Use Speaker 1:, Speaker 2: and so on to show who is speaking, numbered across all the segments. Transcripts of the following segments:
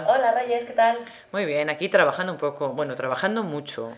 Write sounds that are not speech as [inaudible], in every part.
Speaker 1: gracias, ¿qué tal? [laughs]
Speaker 2: Muy bien, aquí trabajando un poco, bueno, trabajando mucho.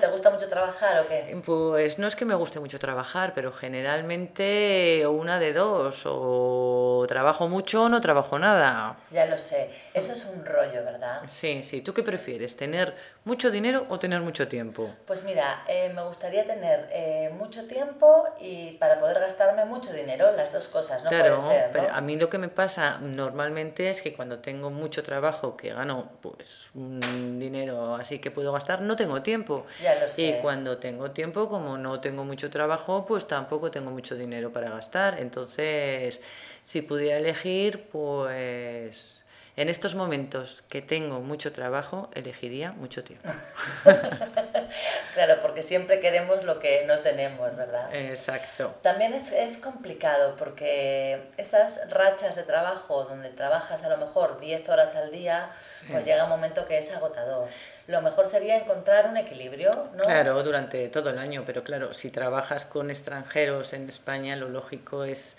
Speaker 1: ¿Te gusta mucho trabajar o qué?
Speaker 2: Pues no es que me guste mucho trabajar, pero generalmente una de dos, o trabajo mucho o no trabajo nada.
Speaker 1: Ya lo sé, eso es un rollo, ¿verdad?
Speaker 2: Sí, sí, ¿tú qué prefieres? ¿Tener mucho dinero o tener mucho tiempo?
Speaker 1: Pues mira, eh, me gustaría tener eh, mucho tiempo y para poder gastarme mucho dinero, las dos cosas, no
Speaker 2: claro,
Speaker 1: puede ser, ¿no?
Speaker 2: pero a mí lo que me pasa normalmente es que cuando tengo mucho trabajo que gano pues un dinero así que puedo gastar, no tengo tiempo.
Speaker 1: Ya lo sé.
Speaker 2: Y cuando tengo tiempo, como no tengo mucho trabajo, pues tampoco tengo mucho dinero para gastar. Entonces, si pudiera elegir, pues en estos momentos que tengo mucho trabajo, elegiría mucho tiempo.
Speaker 1: Claro, porque siempre queremos lo que no tenemos, ¿verdad?
Speaker 2: Eh. Exacto.
Speaker 1: También es, es complicado porque esas rachas de trabajo donde trabajas a lo mejor 10 horas al día, pues llega un momento que es agotador. Lo mejor sería encontrar un equilibrio, ¿no?
Speaker 2: Claro, durante todo el año, pero claro, si trabajas con extranjeros en España, lo lógico es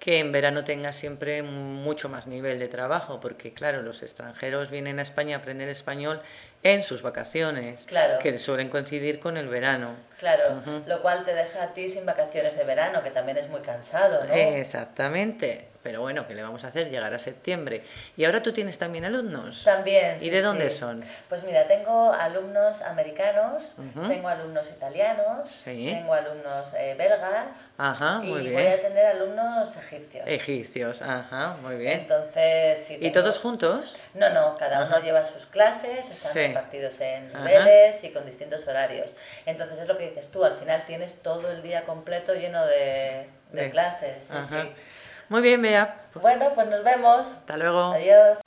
Speaker 2: que en verano tengas siempre mucho más nivel de trabajo, porque claro, los extranjeros vienen a España a aprender español en sus vacaciones,
Speaker 1: Claro.
Speaker 2: que suelen coincidir con el verano.
Speaker 1: Claro, lo cual te deja a ti sin vacaciones de verano, que también es muy cansado, ¿no?
Speaker 2: Exactamente, pero bueno, ¿qué le vamos a hacer? Llegar a septiembre. Y ahora tú tienes también alumnos.
Speaker 1: También.
Speaker 2: ¿Y
Speaker 1: sí,
Speaker 2: de dónde
Speaker 1: sí.
Speaker 2: son?
Speaker 1: Pues mira, tengo alumnos americanos, tengo alumnos italianos,
Speaker 2: Sí.
Speaker 1: tengo alumnos eh, belgas
Speaker 2: Ajá,
Speaker 1: y
Speaker 2: muy
Speaker 1: voy a
Speaker 2: bien.
Speaker 1: tener alumnos egipcios.
Speaker 2: Egipcios, ajá, muy bien.
Speaker 1: Entonces, sí.
Speaker 2: ¿Y
Speaker 1: tengo-
Speaker 2: todos juntos?
Speaker 1: No, no, cada uno lleva sus clases, están
Speaker 2: Sí.
Speaker 1: repartidos en
Speaker 2: Ajá.
Speaker 1: niveles y con distintos horarios. Entonces es lo que dices tú, al final tienes todo el día completo lleno de, de
Speaker 2: De-
Speaker 1: clases. sí,
Speaker 2: Ajá.
Speaker 1: sí.
Speaker 2: Muy bien, Bea.
Speaker 1: Bueno, pues nos vemos.
Speaker 2: Hasta luego.
Speaker 1: Adiós.